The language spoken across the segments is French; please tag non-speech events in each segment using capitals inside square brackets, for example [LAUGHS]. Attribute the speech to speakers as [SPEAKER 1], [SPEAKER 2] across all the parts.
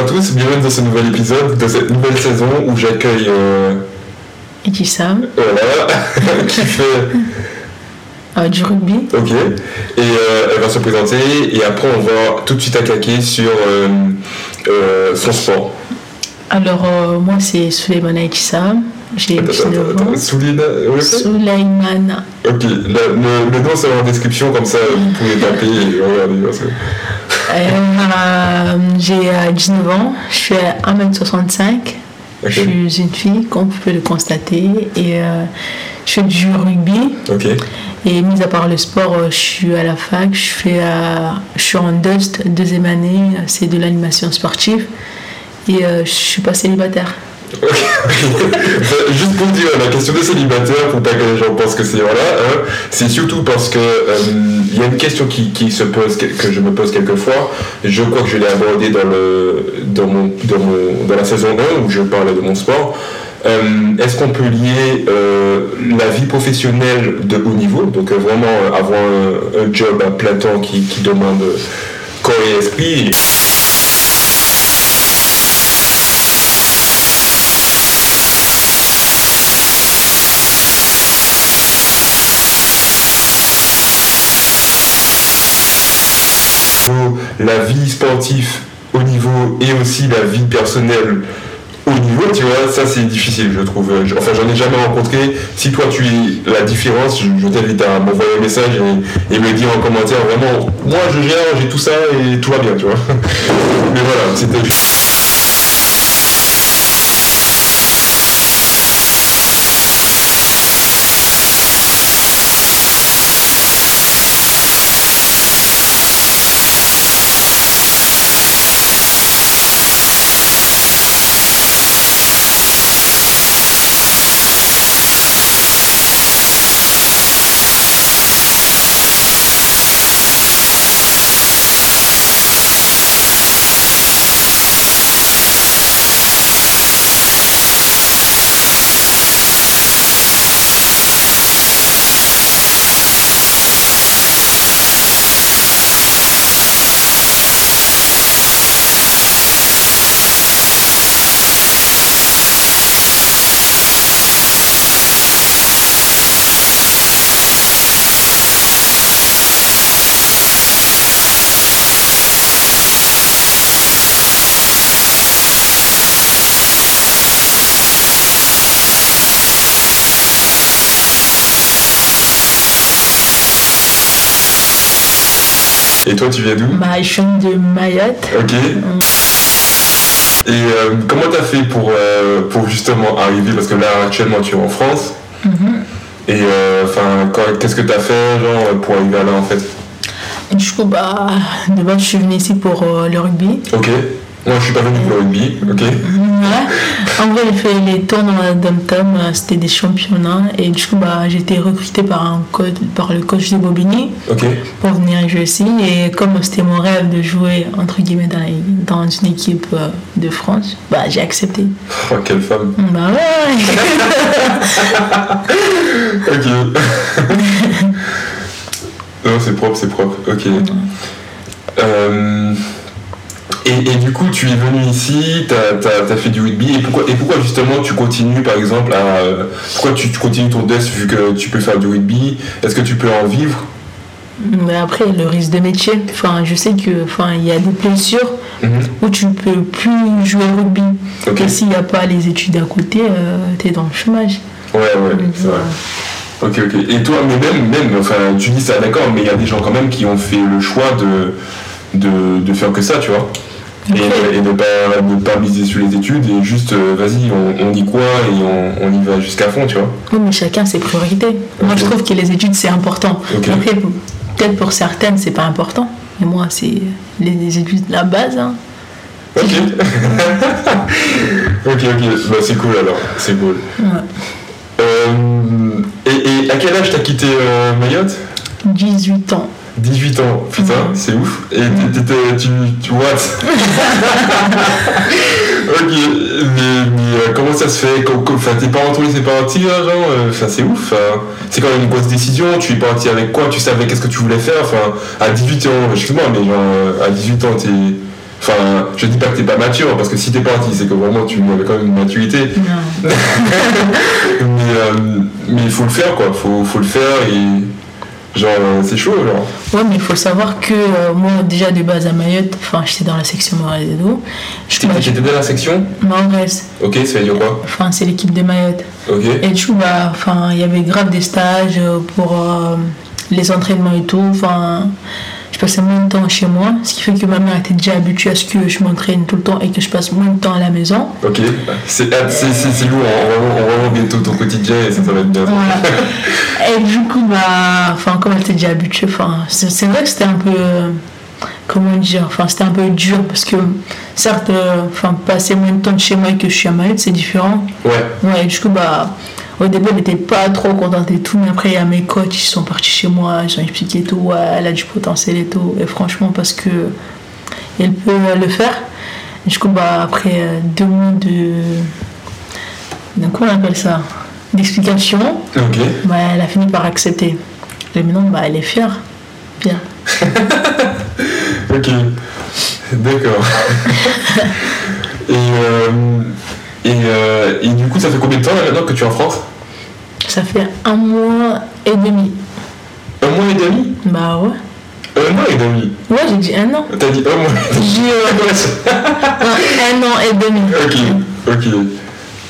[SPEAKER 1] à tous, bienvenue dans ce nouvel épisode, de cette nouvelle saison où j'accueille euh,
[SPEAKER 2] Et tu sais,
[SPEAKER 1] voilà, [LAUGHS] qui fait
[SPEAKER 2] euh, du rugby,
[SPEAKER 1] OK, et euh, elle va se présenter et après on va tout de suite attaquer sur euh, euh, son sport.
[SPEAKER 2] alors euh, moi c'est Souleymana Etissa, j'ai
[SPEAKER 1] Attends, attends,
[SPEAKER 2] 19
[SPEAKER 1] attends,
[SPEAKER 2] ans.
[SPEAKER 1] Souline, ouais.
[SPEAKER 2] Souleymana,
[SPEAKER 1] Ok, le, le- le nom c'est en description comme ça vous pouvez taper et regardez. parce que-
[SPEAKER 2] Euh, j'ai euh, 19 ans, je suis à 1m65,
[SPEAKER 1] Ok.
[SPEAKER 2] je suis une fille comme vous pouvez le constater et euh, je fais du rugby
[SPEAKER 1] Ok,
[SPEAKER 2] et mis à part le sport, euh, je suis à la fac, je, fais, euh, je suis en DUST, deuxième année, c'est de l'animation sportive et euh, je suis pas célibataire.
[SPEAKER 1] Bah, Juste pour dire, la question des célibataires, pour pas que les gens pensent que c'est voilà, hein, c'est surtout parce que euh, il y a une question qui, qui se pose, que, que je me pose quelquefois. Je crois que je l'ai abordée dans, le, dans, mon, dans, mon- dans la saison 1 où je parlais de mon sport. Euh, Est-ce qu'on peut lier euh, la vie professionnelle de haut niveau, donc euh, vraiment euh, avoir un, un job à plein temps qui, qui demande euh, corps et esprit, niveau, la vie sportive au niveau et aussi la vie personnelle au niveau, tu vois, ça c'est difficile, je trouve. Euh, je- Enfin, j'en ai jamais rencontré. Si toi tu es la différence, je, je t'invite à m'envoyer un message et, et me dire en commentaire vraiment, moi je gère, j'ai tout ça et tout va bien, tu vois. [LAUGHS] Mais voilà, c'était juste. Et toi tu viens d'où
[SPEAKER 2] Bah, je suis de Mayotte.
[SPEAKER 1] Ok. Et euh, comment t'as fait pour, euh, pour justement arriver Parce que là actuellement tu es en France.
[SPEAKER 2] Mhm.
[SPEAKER 1] Et euh, enfin, quand- qu'est-ce que t'as fait genre euh, pour arriver là en fait
[SPEAKER 2] Du coup, bah, de base, je suis venue ici pour euh, le rugby.
[SPEAKER 1] Ok. Moi, je suis pas venu pour le rugby. Ok.
[SPEAKER 2] Voilà. En vrai, j'ai fait les tours dans la Dom-Tom, euh, c'était des championnats. Et du coup, bah, j'ai été recrutée par, un coach, par le coach de Bobigny
[SPEAKER 1] Ok.
[SPEAKER 2] pour venir jouer ici. Et comme c'était mon rêve de jouer, entre guillemets, dans, les- dans une équipe euh, de France, bah, j'ai accepté.
[SPEAKER 1] Oh, quelle femme.
[SPEAKER 2] Bah ouais
[SPEAKER 1] Ok. [LAUGHS] non, c'est propre, c'est propre. Ok. Euh, et, et du coup, tu es venu ici, t'as as, fait du rugby. Et pourquoi, et pourquoi justement tu continues, par exemple, à euh, pourquoi tu, tu continues ton desk vu que tu peux faire du rugby Est-ce que tu peux en vivre
[SPEAKER 2] Mais après, le risque de métier, enfin, je sais que, enfin, il y a des blessures
[SPEAKER 1] Mhm.
[SPEAKER 2] où tu ne peux plus jouer au rugby.
[SPEAKER 1] Ok.
[SPEAKER 2] Et s'il n'y a pas les études à côté, tu es dans le chômage.
[SPEAKER 1] Ouais, ouais,
[SPEAKER 2] Donc,
[SPEAKER 1] c'est vrai.
[SPEAKER 2] euh,
[SPEAKER 1] Ok, ok. Et toi, mais même, même, enfin, tu dis ça, d'accord, mais il y a des gens quand même qui ont fait le choix de, de, de faire que ça, tu vois.
[SPEAKER 2] Ok.
[SPEAKER 1] Et, et de pas, de pas miser sur les études et juste, euh, vas-y, on, on y croit et on, on y va jusqu'à fond, tu vois.
[SPEAKER 2] Oui, mais chacun ses priorités. Moi,
[SPEAKER 1] Ok.
[SPEAKER 2] je trouve que les études, c'est important.
[SPEAKER 1] Ok.
[SPEAKER 2] Après, peut-être pour certaines, c'est pas important. Mais moi, c'est les, les études, la base. hein.
[SPEAKER 1] Ok. [LAUGHS] ok, ok. Bah, c'est cool alors, c'est cool.
[SPEAKER 2] Ouais.
[SPEAKER 1] Euh, et, et à quel âge t'as quitté euh, Mayotte
[SPEAKER 2] 18 ans.
[SPEAKER 1] 18 ans, putain,
[SPEAKER 2] Mhm.
[SPEAKER 1] c'est ouf. Et t'étais, tu, tu what Ok, mais, mais, euh, comment ça se fait Quand- quand- Enfin, tes parents t'ont laissé partir, là, genre euh, Enfin, c'est ouf. hein. C'est quand même une grosse décision. Tu es parti avec quoi Tu savais qu'est-ce que tu voulais faire Enfin, à 18 ans, excuse-moi, mais genre, euh, à 18 ans, t'es. Enfin, je dis pas que t'es pas mature, parce que si t'es parti, c'est que vraiment tu avais quand même une maturité.
[SPEAKER 2] Non.
[SPEAKER 1] Mais euh, mais il faut le faire, quoi. Faut, faut le faire et. Genre, euh, c'est chaud, genre.
[SPEAKER 2] Ouais, mais il faut savoir que euh, moi, déjà de base à Mayotte, enfin, j'étais dans la section Morales et tout. Je
[SPEAKER 1] T'es- T'étais dans la section
[SPEAKER 2] Morales,
[SPEAKER 1] Ok, ça veut dire quoi
[SPEAKER 2] enfin, c'est l'équipe de Mayotte.
[SPEAKER 1] Ok.
[SPEAKER 2] Et du coup, bah, enfin, il y avait grave des stages euh, pour euh, les entraînements et tout. Enfin, je passais moins de temps chez moi, ce qui fait que ma mère était déjà habituée à ce que je m'entraîne tout le temps et que je passe moins de temps à la maison.
[SPEAKER 1] Ok, c'est ah, c'est- c'est- c'est lourd, on va, voir- on va voir bientôt ton quotidien et ça, ça va être bien.
[SPEAKER 2] Voilà. [LAUGHS] Et du coup, bah, enfin, comme elle était déjà habituée, enfin, c'est c'est vrai que c'était un peu. euh, Comment dire Enfin, c'était un peu dur parce que, certes, euh, enfin, passer moins de temps de chez moi que je suis à Mayotte, c'est différent.
[SPEAKER 1] Ouais,
[SPEAKER 2] Ouais, et du coup, bah, au début, elle n'était pas trop contente et tout, mais après, il y a mes coachs, ils sont partis chez moi, ils ont expliqué et tout, ouais, elle a du potentiel et tout, et franchement, parce que elle peut le faire. Et du coup, bah, après euh, deux mois de. de quoi on appelle ça D'explication,
[SPEAKER 1] ok.
[SPEAKER 2] bah, elle a fini par accepter. Et maintenant, bah, elle est fière. Bien.
[SPEAKER 1] Ok, d'accord. et, euh, et, euh, et du coup, ça fait combien de temps là maintenant que tu es en France
[SPEAKER 2] Ça fait un mois et demi.
[SPEAKER 1] Un mois et demi
[SPEAKER 2] Bah ouais.
[SPEAKER 1] Un mois et demi
[SPEAKER 2] Ouais, j'ai dit un an.
[SPEAKER 1] T'as dit un mois et demi [LAUGHS]
[SPEAKER 2] J'ai dit euh, un an et demi.
[SPEAKER 1] Ok, ok.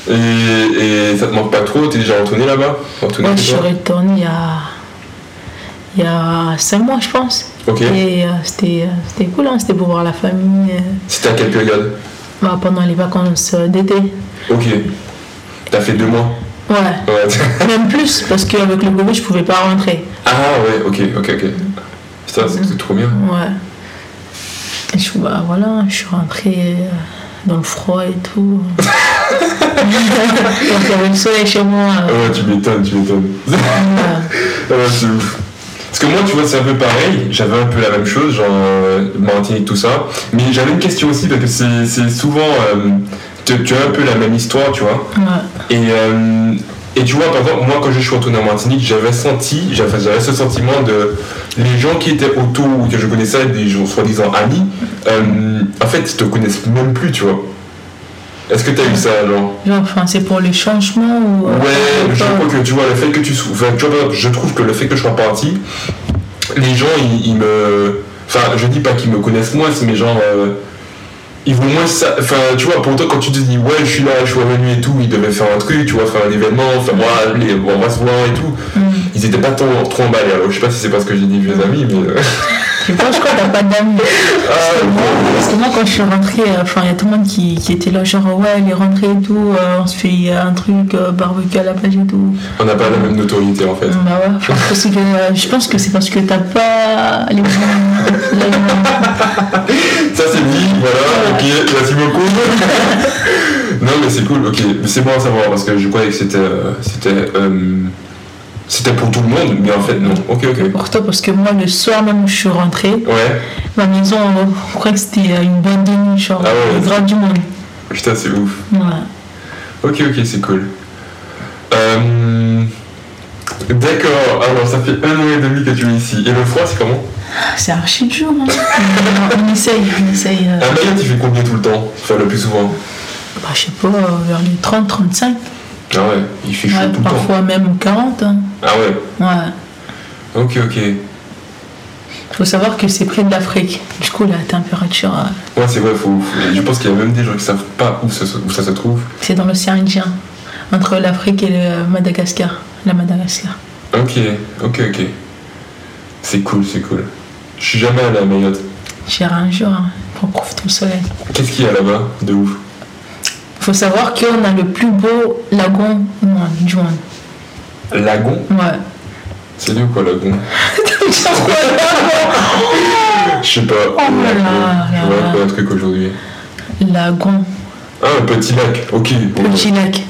[SPEAKER 1] Et, et ça te manque pas trop T'es déjà retourné là-bas Retourné
[SPEAKER 2] Moi, je
[SPEAKER 1] chez
[SPEAKER 2] suis
[SPEAKER 1] toi
[SPEAKER 2] retournée il y a, il y a 5 mois, je pense.
[SPEAKER 1] Ok.
[SPEAKER 2] Et euh, c'était euh, c'était cool, hein, c'était pour voir la famille euh,
[SPEAKER 1] C'était à quelle période
[SPEAKER 2] bah, pendant les vacances euh, d'été.
[SPEAKER 1] Ok. T'as fait deux mois
[SPEAKER 2] Ouais,
[SPEAKER 1] Ouais.
[SPEAKER 2] même plus, parce qu'avec le Covid, je pouvais pas rentrer.
[SPEAKER 1] Ah ouais, ok, ok, ok. Putain, c'est trop bien.
[SPEAKER 2] Ouais. Et je, bah, voilà, je suis rentrée euh, dans le froid et tout. [LAUGHS] Donc, il y avait le soleil chez moi.
[SPEAKER 1] Ah
[SPEAKER 2] euh,
[SPEAKER 1] ouais, tu m'étonnes, tu m'étonnes. [LAUGHS]
[SPEAKER 2] ouais.
[SPEAKER 1] Ah ouais, c'est ouf. Parce que moi, tu vois, c'est un peu pareil. J'avais un peu la même chose, genre euh, Martinique, tout ça. Mais j'avais une question aussi, parce que c'est c'est souvent. euh, tu, tu as un peu la même histoire, tu vois.
[SPEAKER 2] Ouais.
[SPEAKER 1] Et, euh, et tu vois, par exemple, moi, quand je suis retourné en Martinique, j'avais senti, j'avais j'avais ce sentiment de. Les gens qui étaient autour ou que je connaissais, des gens soi-disant amis, euh, en fait, ils te connaissent même plus, tu vois. Est-ce que t'as eu ça, genre
[SPEAKER 2] Genre, enfin, c'est pour le changement ou.
[SPEAKER 1] Ouais,
[SPEAKER 2] ou
[SPEAKER 1] je
[SPEAKER 2] pas.
[SPEAKER 1] crois que tu vois le fait que tu sou- enfin, tu vois, par exemple, je trouve que le fait que je sois parti, les gens ils, ils me, enfin je dis pas qu'ils me connaissent moins, mais genre euh, ils vont moins ça, enfin tu vois pour toi quand tu te dis ouais je suis là, je suis revenu et tout, ils devaient faire un truc, tu vois faire un événement, enfin voilà, les- on va se voir et tout,
[SPEAKER 2] Mm.
[SPEAKER 1] ils étaient pas tant- trop emballés. Alors je sais pas si c'est parce que j'ai des vieux amis, mais euh, [LAUGHS]
[SPEAKER 2] Je pense que t'as pas d'amis.
[SPEAKER 1] ah,
[SPEAKER 2] Parce que moi, quand je suis rentrée, euh, enfin, il y a tout le monde qui, qui était là, genre, ouais, elle est rentrée et tout, euh, on se fait un truc, euh, barbecue à la plage et tout.
[SPEAKER 1] on n'a pas la même notoriété en fait.
[SPEAKER 2] Bah ouais, enfin, parce que, euh, je pense que c'est parce que t'as pas les gens.
[SPEAKER 1] [LAUGHS] Ça c'est dit, voilà, ok, merci beaucoup. non mais c'est cool, ok, mais c'est bon à savoir parce que je croyais que c'était euh, c'était euh, c'était pour tout le monde, mais en fait non. Ok ok.
[SPEAKER 2] Pour toi, parce que moi, le soir même où je suis rentrée,
[SPEAKER 1] Ouais,
[SPEAKER 2] ma maison, on, on croyait que c'était euh, une bonne demi, genre,
[SPEAKER 1] Ah ouais.
[SPEAKER 2] le drap du monde.
[SPEAKER 1] putain c'est ouf.
[SPEAKER 2] Ouais.
[SPEAKER 1] Ok ok c'est cool. Euh, D'accord, alors ça fait un an et demi que tu es ici. Et le froid c'est comment
[SPEAKER 2] C'est archi dur,
[SPEAKER 1] [LAUGHS]
[SPEAKER 2] hein. on, on essaye, on essaye. euh,
[SPEAKER 1] À Mayotte Ah, bah, il fait combien tout le temps Enfin le plus souvent.
[SPEAKER 2] bah, je sais pas, euh, vers les 30, 35,
[SPEAKER 1] Ah ouais, il fait chaud
[SPEAKER 2] ouais,
[SPEAKER 1] tout le temps.
[SPEAKER 2] parfois même 40. hein.
[SPEAKER 1] Ah ouais,
[SPEAKER 2] Ouais.
[SPEAKER 1] ok ok.
[SPEAKER 2] faut savoir que c'est près de l'Afrique. Du coup, la température, euh,
[SPEAKER 1] Ouais c'est vrai, faut, faut- je pense qu'il y a même des gens qui savent pas où ça se- où ça se trouve.
[SPEAKER 2] c'est dans l'océan Indien, entre l'Afrique et le Madagascar. La Madagascar.
[SPEAKER 1] Ok, ok, ok. C'est cool, c'est cool. Je suis jamais allé à Mayotte.
[SPEAKER 2] J'irai un jour hein, pour profiter du soleil.
[SPEAKER 1] Qu'est-ce qu'il y a là-bas de ouf
[SPEAKER 2] faut savoir qu'on a le plus beau lagon au monde, du monde.
[SPEAKER 1] Lagon
[SPEAKER 2] Ouais. [LAUGHS]
[SPEAKER 1] C'est lui ou quoi, Lagon Je sais pas.
[SPEAKER 2] Oh là là
[SPEAKER 1] Je vois
[SPEAKER 2] là.
[SPEAKER 1] quoi un truc aujourd'hui.
[SPEAKER 2] lagon,
[SPEAKER 1] Ah, un petit lac, ok. ouais,
[SPEAKER 2] petit lac.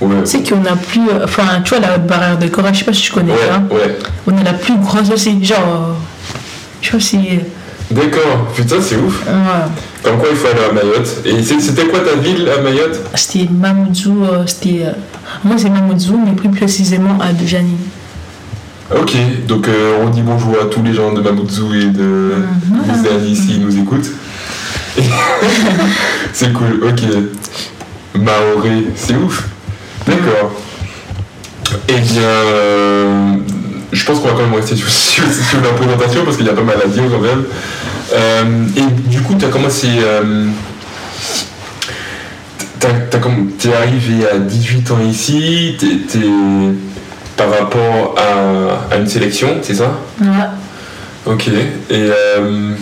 [SPEAKER 1] Ouais,
[SPEAKER 2] Tu sais qu'on a plus. euh, Enfin, tu vois, la barrière de corail, je sais pas si tu connais
[SPEAKER 1] ouais,
[SPEAKER 2] ça.
[SPEAKER 1] ouais.
[SPEAKER 2] On a la plus grosse aussi. Genre. euh, je sais pas si.
[SPEAKER 1] D'accord, putain, c'est ouf.
[SPEAKER 2] euh, ouais.
[SPEAKER 1] Comme quoi, il faut aller à Mayotte. Et c'est- c'était quoi ta ville à Mayotte
[SPEAKER 2] C'était Mamoudzou, euh, c'était. euh, moi c'est Mamoudzou, mais plus précisément à Dujani.
[SPEAKER 1] Ok, donc euh, on dit bonjour à tous les gens de Mamoudzou et de
[SPEAKER 2] Mhm.
[SPEAKER 1] des amis ici qui nous écoutent. c'est cool, ok. Maoré, c'est ouf. D'accord. Eh bien, euh, je pense qu'on va quand même rester sur, sur- sur la présentation parce qu'il y a pas mal à dire quand même. Euh, et du coup, tu as commencé. Euh, t'as- t'as comm- T'es arrivé à 18 ans ici, t'es t'es- par rapport à, à une sélection, c'est ça
[SPEAKER 2] Ouais.
[SPEAKER 1] Ok. Et, euh,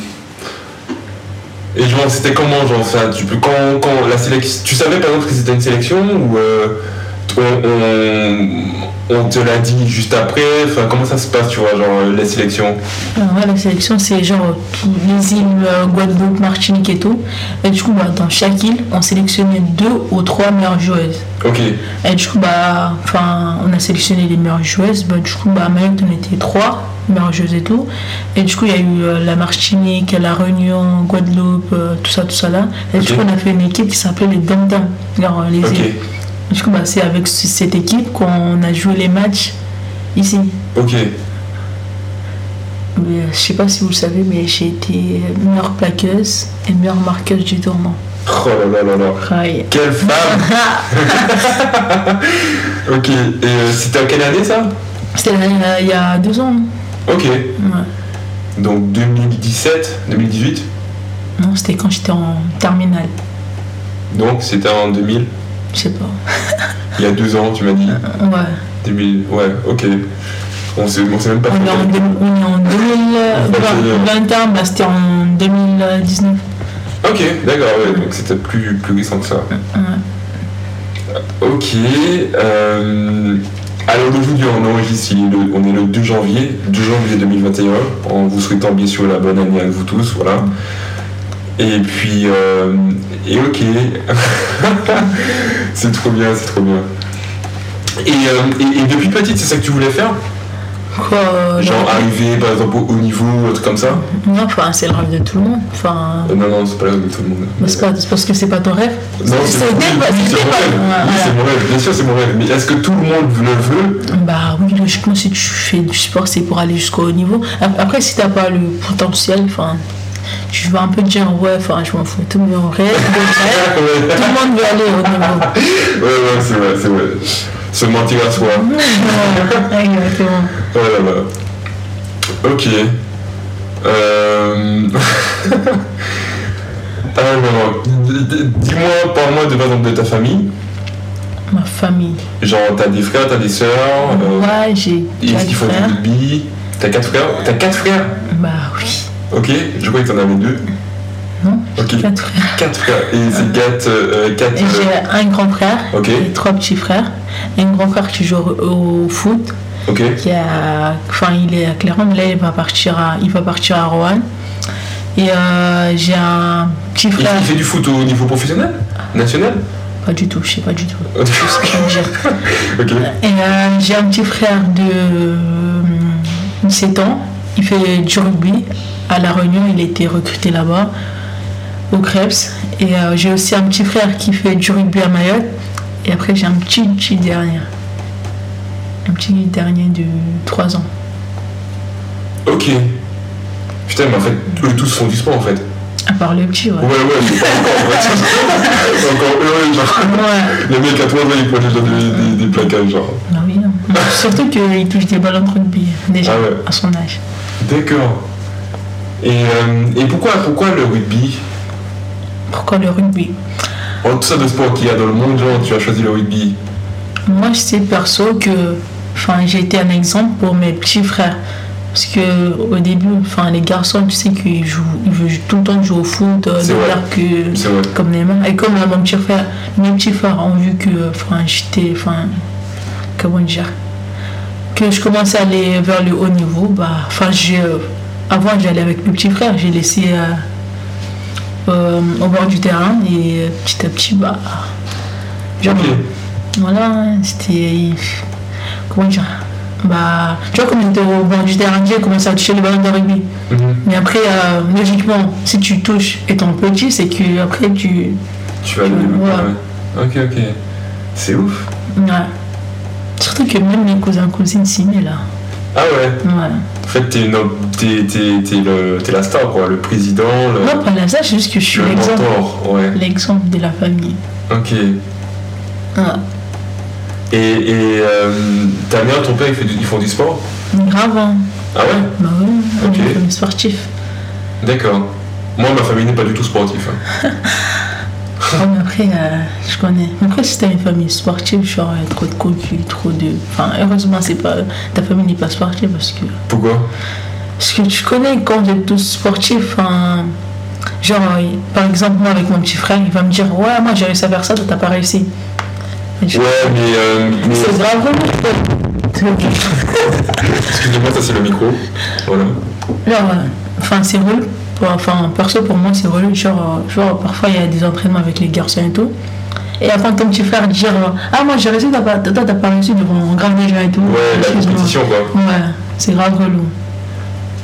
[SPEAKER 1] et genre, c'était comment, genre, ça tu, peux- quand, quand la sélection, tu savais par exemple que c'était une sélection ou euh, on, on- on te l'a dit juste après Enfin, comment ça se passe, tu vois, genre, euh, la sélection
[SPEAKER 2] Alors, ouais, la sélection, c'est genre tous les îles euh, Guadeloupe, Martinique et tout. Et du coup, bah, dans chaque île, on sélectionnait deux ou trois meilleures joueuses.
[SPEAKER 1] Ok.
[SPEAKER 2] Et du coup, bah, enfin, on a sélectionné les meilleures joueuses. Bah, du coup, bah, à Mayotte, on était trois meilleures joueuses et tout. Et du coup, il y a eu euh, la Martinique, la Réunion, Guadeloupe, euh, tout ça, tout ça là. Et du
[SPEAKER 1] Ok.
[SPEAKER 2] coup, on a fait une équipe qui s'appelait les Dandins, genre euh, les
[SPEAKER 1] Ok.
[SPEAKER 2] îles. Et Du coup, bah, c'est avec c- cette équipe qu'on a joué les matchs ici.
[SPEAKER 1] Ok.
[SPEAKER 2] Mais, euh, je sais pas si vous le savez, mais j'ai été euh, meilleure plaqueuse et meilleure marqueuse du tournoi.
[SPEAKER 1] Oh là là là là.
[SPEAKER 2] Aïe.
[SPEAKER 1] Quelle femme Ok. Et euh, c'était à quelle année ça
[SPEAKER 2] C'était euh, il y a deux ans. non
[SPEAKER 1] Ok.
[SPEAKER 2] Ouais.
[SPEAKER 1] Donc 2017, 2018
[SPEAKER 2] Non, c'était quand j'étais en terminale.
[SPEAKER 1] Donc c'était en 2000,
[SPEAKER 2] Je sais pas.
[SPEAKER 1] il y a deux ans, tu m'as dit.
[SPEAKER 2] Ouais.
[SPEAKER 1] 2000, ouais, ok. On sait, on sait même pas.
[SPEAKER 2] On est en,
[SPEAKER 1] fait.
[SPEAKER 2] deux- euh, on est en 2021, bah, c'était en 2019.
[SPEAKER 1] Ok, d'accord, ouais, donc c'était plus, plus récent que ça.
[SPEAKER 2] Ouais.
[SPEAKER 1] Ok. Euh, alors aujourd'hui, on enregistre, il est le- on est le 2 janvier, 2 janvier 2021, en vous souhaitant bien sûr la bonne année à vous tous, voilà. Et puis, euh, et ok. [LAUGHS] c'est trop bien, c'est trop bien. Et, euh, et- et depuis petite, c'est ça que tu voulais faire
[SPEAKER 2] Quoi, euh,
[SPEAKER 1] Genre arriver par exemple au haut niveau, un truc comme ça
[SPEAKER 2] non, non, enfin, c'est le rêve de tout le monde. Enfin,
[SPEAKER 1] Euh, Non, non, c'est pas le rêve de tout le monde.
[SPEAKER 2] bah, c'est pas- c'est parce que c'est pas ton rêve.
[SPEAKER 1] Non, c'est
[SPEAKER 2] C'était
[SPEAKER 1] oui,
[SPEAKER 2] pas-
[SPEAKER 1] oui, c'est
[SPEAKER 2] c'était
[SPEAKER 1] mon
[SPEAKER 2] pas-
[SPEAKER 1] rêve.
[SPEAKER 2] voilà.
[SPEAKER 1] Oui, c'est mon rêve. Bien sûr, c'est mon rêve. Mais est-ce que tout le monde le veut
[SPEAKER 2] Bah oui, logiquement, si tu fais du sport, c'est pour aller jusqu'au haut niveau. Ap- Après, si t'as pas le potentiel, enfin, tu vas un peu dire, ouais, enfin, je m'en fous, tout mais en rêve,
[SPEAKER 1] Ouais,
[SPEAKER 2] tout
[SPEAKER 1] ouais,
[SPEAKER 2] le monde veut aller au haut niveau.
[SPEAKER 1] [LAUGHS] ouais, c'est vrai, c'est vrai. Se mentir à soi.
[SPEAKER 2] Ouais, Exactement.
[SPEAKER 1] Oh là là. Ok. Euh... [LAUGHS] Alors, d- d- dis-moi, parle-moi de par exemple de ta famille.
[SPEAKER 2] Ma famille.
[SPEAKER 1] Genre, t'as des frères, t'as des sœurs. euh,
[SPEAKER 2] Ouais, j'ai
[SPEAKER 1] Est-ce
[SPEAKER 2] quatre
[SPEAKER 1] qu'il faut du
[SPEAKER 2] frères.
[SPEAKER 1] rugby T'as quatre frères T'as quatre frères
[SPEAKER 2] Bah oui,
[SPEAKER 1] Ok, je croyais que t'en avais deux.
[SPEAKER 2] Non,
[SPEAKER 1] Ok,
[SPEAKER 2] quatre frères.
[SPEAKER 1] quatre frères. Et c'est quatre. euh, quatre
[SPEAKER 2] Et J'ai un grand frère
[SPEAKER 1] Ok.
[SPEAKER 2] et trois petits frères. Un grand frère qui joue au au foot,
[SPEAKER 1] euh, Ok.
[SPEAKER 2] qui a, enfin il est à Clermont, mais là il va partir à, il va partir à Roanne. Et euh, j'ai un petit
[SPEAKER 1] Il,
[SPEAKER 2] frère,
[SPEAKER 1] il fait du foot au niveau professionnel National
[SPEAKER 2] pas du tout, je sais pas du tout.
[SPEAKER 1] Ok.
[SPEAKER 2] ce que je veux dire.
[SPEAKER 1] Ok.
[SPEAKER 2] Et euh, j'ai un petit frère de euh, 17 ans. Il fait du rugby à La Réunion. Il a été recruté là-bas, au Krebs. Et euh, j'ai aussi un petit frère qui fait du rugby à Mayotte. Et après, j'ai un petit, petit dernier. Un petit dernier de 3 ans.
[SPEAKER 1] Ok. Putain, mais en fait, eux tous font du sport en fait.
[SPEAKER 2] À part le petit, ouais.
[SPEAKER 1] Ouais, ouais, mais pas encore. en fait.
[SPEAKER 2] [LAUGHS]
[SPEAKER 1] C'est encore heureux, genre.
[SPEAKER 2] Ouais.
[SPEAKER 1] Les mecs à toi, ils prennent déjà des, des, des plaquages, genre.
[SPEAKER 2] Bah oui, non. Surtout qu'il touche des ballons de rugby, déjà,
[SPEAKER 1] Ah ouais.
[SPEAKER 2] à son âge.
[SPEAKER 1] D'accord. Et, euh, et pourquoi, pourquoi le rugby
[SPEAKER 2] Pourquoi le rugby
[SPEAKER 1] En tout ça de sport qu'il y a dans le monde, genre, tu as choisi le rugby.
[SPEAKER 2] Moi, je sais perso que enfin, j'ai été un exemple pour mes petits frères. Parce que au début, enfin, les garçons, tu sais qu'ils jouent, ils veulent tout le temps jouer au foot, euh,
[SPEAKER 1] C'est
[SPEAKER 2] de
[SPEAKER 1] vrai.
[SPEAKER 2] faire que
[SPEAKER 1] C'est vrai.
[SPEAKER 2] comme les mains. Et comme euh, mon petit frère, mes petits frères ont vu que euh, enfin, j'étais, enfin, comment dire, que je commençais à aller vers le haut niveau, bah, enfin, j'ai, euh, avant, j'allais avec mes petits frères, j'ai laissé euh, euh, au bord du terrain et euh, petit à petit, bah, genre,
[SPEAKER 1] Ok.
[SPEAKER 2] voilà, hein, c'était. Comment dire Bah, tu vois, comme on était au bord du terrain, j'ai commencé à toucher le ballon de rugby.
[SPEAKER 1] Mhm.
[SPEAKER 2] Mais après, euh, logiquement, si tu touches étant petit, c'est que après tu.
[SPEAKER 1] Tu vas le
[SPEAKER 2] Ouais.
[SPEAKER 1] développer. ouais. Ok, ok. C'est ouf.
[SPEAKER 2] Ouais. Surtout que même les cousins, cousines s'y mettent là.
[SPEAKER 1] Ah ouais
[SPEAKER 2] Voilà.
[SPEAKER 1] En fait, t'es une- t'es- t'es- t'es le- t'es la star, quoi. Le président, le,
[SPEAKER 2] Non, pas là, ça, c'est juste que je suis
[SPEAKER 1] le
[SPEAKER 2] l'exemple.
[SPEAKER 1] mentor. Ouais.
[SPEAKER 2] L'exemple de la famille.
[SPEAKER 1] Ok.
[SPEAKER 2] Voilà.
[SPEAKER 1] Et, et euh, ta mère, ton père, ils, fait du- ils font du sport
[SPEAKER 2] Grave, hein.
[SPEAKER 1] Ah ouais
[SPEAKER 2] Bah ouais, on
[SPEAKER 1] Ok.
[SPEAKER 2] est une famille sportive.
[SPEAKER 1] D'accord. Moi, ma famille n'est pas du tout sportive. hein.
[SPEAKER 2] Ouais, mais après, euh, je connais. Mais Après, si t'as une famille sportive, genre euh, trop de cocu, trop de. Enfin, heureusement, c'est pas... ta famille n'est pas sportive parce que.
[SPEAKER 1] Pourquoi
[SPEAKER 2] Parce que tu connais quand vous êtes tous sportifs, enfin, genre, euh, par exemple, moi avec mon petit frère, il va me dire Ouais, moi j'ai réussi à faire ça, toi t'as pas réussi. Et je-
[SPEAKER 1] Ouais, mais. euh, mais-
[SPEAKER 2] C'est grave, vraiment, je peux- c'est-
[SPEAKER 1] Excusez-moi, ça c'est le micro. Voilà.
[SPEAKER 2] Genre, euh, enfin, c'est relou. Pour- Enfin, perso, pour moi, c'est relou. Genre, euh, genre, parfois, il y a des entraînements avec les garçons et tout. Et avant ton petit frère dire euh, Ah, moi j'ai réussi, t'as pas- toi t'as pas réussi devant un grand des gens et tout.
[SPEAKER 1] Ouais, la
[SPEAKER 2] Excuse-moi.
[SPEAKER 1] compétition, quoi.
[SPEAKER 2] Ouais, c'est grave relou.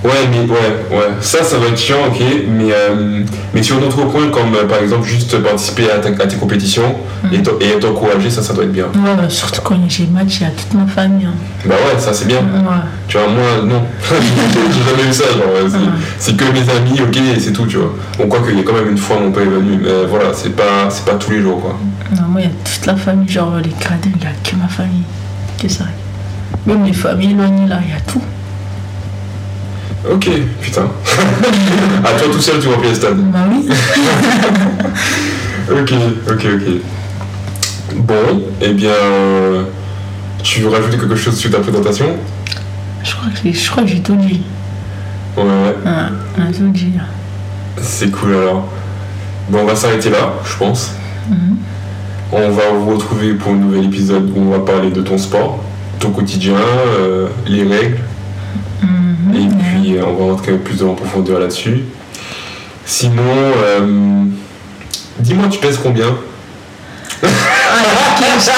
[SPEAKER 1] Ouais, mais ouais, ouais. Ça, ça va être chiant, ok. Mais, euh, mais sur d'autres points, comme euh, par exemple juste participer à, ta- à tes compétitions et t'en- et t'encourager, ça, ça doit être bien.
[SPEAKER 2] Ouais, bah, surtout quand j'ai match, il y a toute ma famille. hein.
[SPEAKER 1] Bah ouais, ça c'est bien.
[SPEAKER 2] Ouais.
[SPEAKER 1] Tu vois, moi, non. [LAUGHS] J'ai jamais eu ça, genre, ouais, c'est- c'est que mes amis, ok, et c'est tout, tu vois. Bon, quoi qu'il y a quand même une fois, mon père est venu, mais euh, voilà, c'est pas, c'est pas tous les jours, quoi.
[SPEAKER 2] Non, moi, il y a toute la famille, genre les gradins, il n'y a que ma famille. Que ça. Même les familles éloignées, là, il y a tout.
[SPEAKER 1] Ok, putain. [LAUGHS] à toi tout seul, tu remplis le stade.
[SPEAKER 2] Bah oui.
[SPEAKER 1] Ok, ok, ok. Bon, eh bien, euh, tu veux rajouter quelque chose sur ta présentation
[SPEAKER 2] Je crois que j'ai, je crois que j'ai tout dit.
[SPEAKER 1] Ouais, ouais,
[SPEAKER 2] Ah, on a tout dit. là.
[SPEAKER 1] c'est cool alors. Bon, on va s'arrêter là, je pense.
[SPEAKER 2] Mhm.
[SPEAKER 1] On va vous retrouver pour un nouvel épisode où on va parler de ton sport, ton quotidien, euh, les règles,
[SPEAKER 2] Mhm.
[SPEAKER 1] et puis euh, on va rentrer plus en profondeur là-dessus. Sinon, euh, dis-moi, tu pèses combien
[SPEAKER 2] Ah, la question.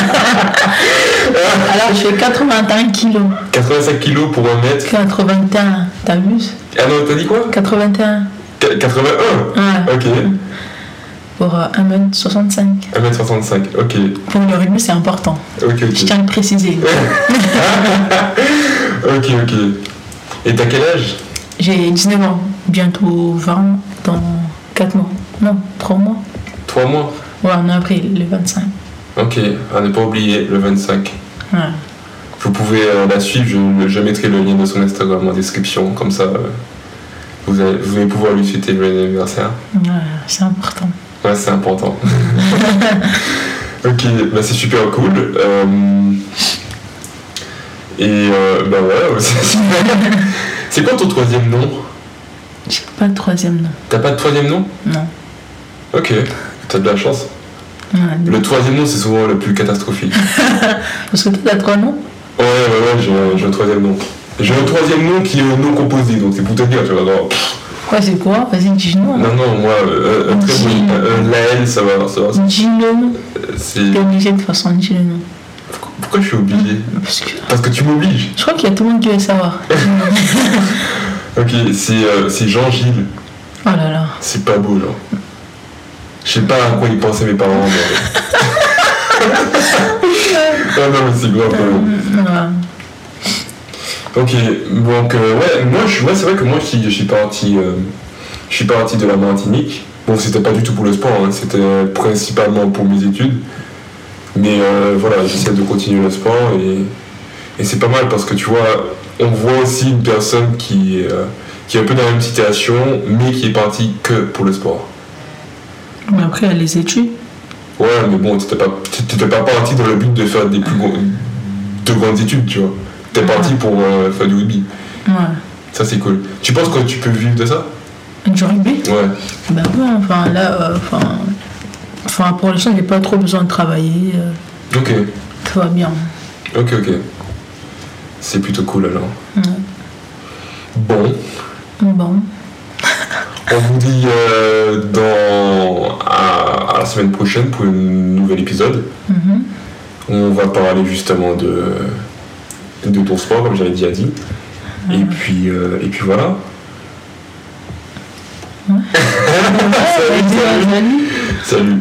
[SPEAKER 2] [LAUGHS] Alors, je fais 81 kilos.
[SPEAKER 1] 85 kilos pour 1 mètre.
[SPEAKER 2] 81, t'as vu
[SPEAKER 1] Ah non, t'as dit quoi
[SPEAKER 2] 81.
[SPEAKER 1] Qu- 81
[SPEAKER 2] Ah,
[SPEAKER 1] Ok,
[SPEAKER 2] pour euh, 1m65.
[SPEAKER 1] 1m65, ok,
[SPEAKER 2] Pour le rugby, c'est important.
[SPEAKER 1] ok,
[SPEAKER 2] Je
[SPEAKER 1] ok.
[SPEAKER 2] tiens à le préciser.
[SPEAKER 1] Ok, ok. Et t'as quel âge
[SPEAKER 2] J'ai 19 ans, bientôt 20, dans 4 mois. Non, 3 mois.
[SPEAKER 1] 3 mois
[SPEAKER 2] Ouais, en avril, le 25.
[SPEAKER 1] Ok, à ne pas oublier, le 25.
[SPEAKER 2] Ouais.
[SPEAKER 1] Vous pouvez euh, la suivre, je, je mettrai le lien de son Instagram en description, comme ça euh, vous, allez, vous allez pouvoir lui souhaiter le bon anniversaire.
[SPEAKER 2] Ouais, c'est important.
[SPEAKER 1] Ouais, c'est important. ok, bah c'est super cool. euh, et euh, bah voilà, c'est- c'est quoi ton troisième nom
[SPEAKER 2] J'ai pas de troisième nom.
[SPEAKER 1] T'as pas de troisième nom
[SPEAKER 2] Non.
[SPEAKER 1] Ok, t'as de la chance.
[SPEAKER 2] Ouais, non.
[SPEAKER 1] Le troisième nom, c'est souvent le plus catastrophique.
[SPEAKER 2] Parce que toi, t'as trois noms
[SPEAKER 1] Ouais, ouais, ouais, j'ai- j'ai un troisième nom. J'ai un troisième nom qui est un nom composé, donc c'est pour te dire, tu vois. Non, pff,
[SPEAKER 2] Quoi, c'est quoi Vas-y, dis-nous.
[SPEAKER 1] non, non, moi, euh, un très bon. euh, Laël, ça va, ça va.
[SPEAKER 2] Dis le nom.
[SPEAKER 1] euh, c'est-
[SPEAKER 2] T'es obligé de toute façon, dis le nom.
[SPEAKER 1] Pourquoi je suis obligé
[SPEAKER 2] Parce que
[SPEAKER 1] Parce que tu m'obliges.
[SPEAKER 2] je crois qu'il y a tout le monde qui veut savoir.
[SPEAKER 1] Ok, c'est euh, c'est Jean-Gilles.
[SPEAKER 2] Oh là là.
[SPEAKER 1] C'est pas beau, genre. Je sais pas à quoi ils pensaient mes parents. Mais... [LAUGHS] ah non, mais c'est grave. quand même.
[SPEAKER 2] Ouais.
[SPEAKER 1] Ok, donc euh, ouais, moi je, ouais, c'est vrai que moi je, suis- je suis parti, euh, je suis parti de la Martinique. Bon, c'était pas du tout pour le sport, hein, c'était principalement pour mes études. Mais euh, voilà, j'essaie de continuer le sport et, et c'est pas mal parce que tu vois, on voit aussi une personne qui, est, euh, qui est un peu dans la même situation, mais qui est partie que pour le sport.
[SPEAKER 2] Mais après, il y a les études.
[SPEAKER 1] Ouais, mais bon, t'étais pas, t'étais pas parti dans le but de faire des plus gros- de grandes études, tu vois. T'es parti pour euh, faire du rugby.
[SPEAKER 2] Ouais.
[SPEAKER 1] Ça c'est cool. Tu penses que tu peux vivre de ça
[SPEAKER 2] Du rugby
[SPEAKER 1] Ouais.
[SPEAKER 2] Bah ouais, enfin là, euh, enfin. Enfin, pour l'instant, j'ai pas trop besoin de travailler. euh,
[SPEAKER 1] Ok,
[SPEAKER 2] tout va bien.
[SPEAKER 1] ok, ok. C'est plutôt cool alors.
[SPEAKER 2] Ouais.
[SPEAKER 1] Bon,
[SPEAKER 2] Bon.
[SPEAKER 1] on vous dit euh, dans à, à la semaine prochaine pour un nouvel épisode.
[SPEAKER 2] Mhm.
[SPEAKER 1] On va parler justement de de ton sport comme j'avais déjà dit. Et puis euh, et puis voilà.
[SPEAKER 2] Ouais, vas-y, vas-y.
[SPEAKER 1] Salut.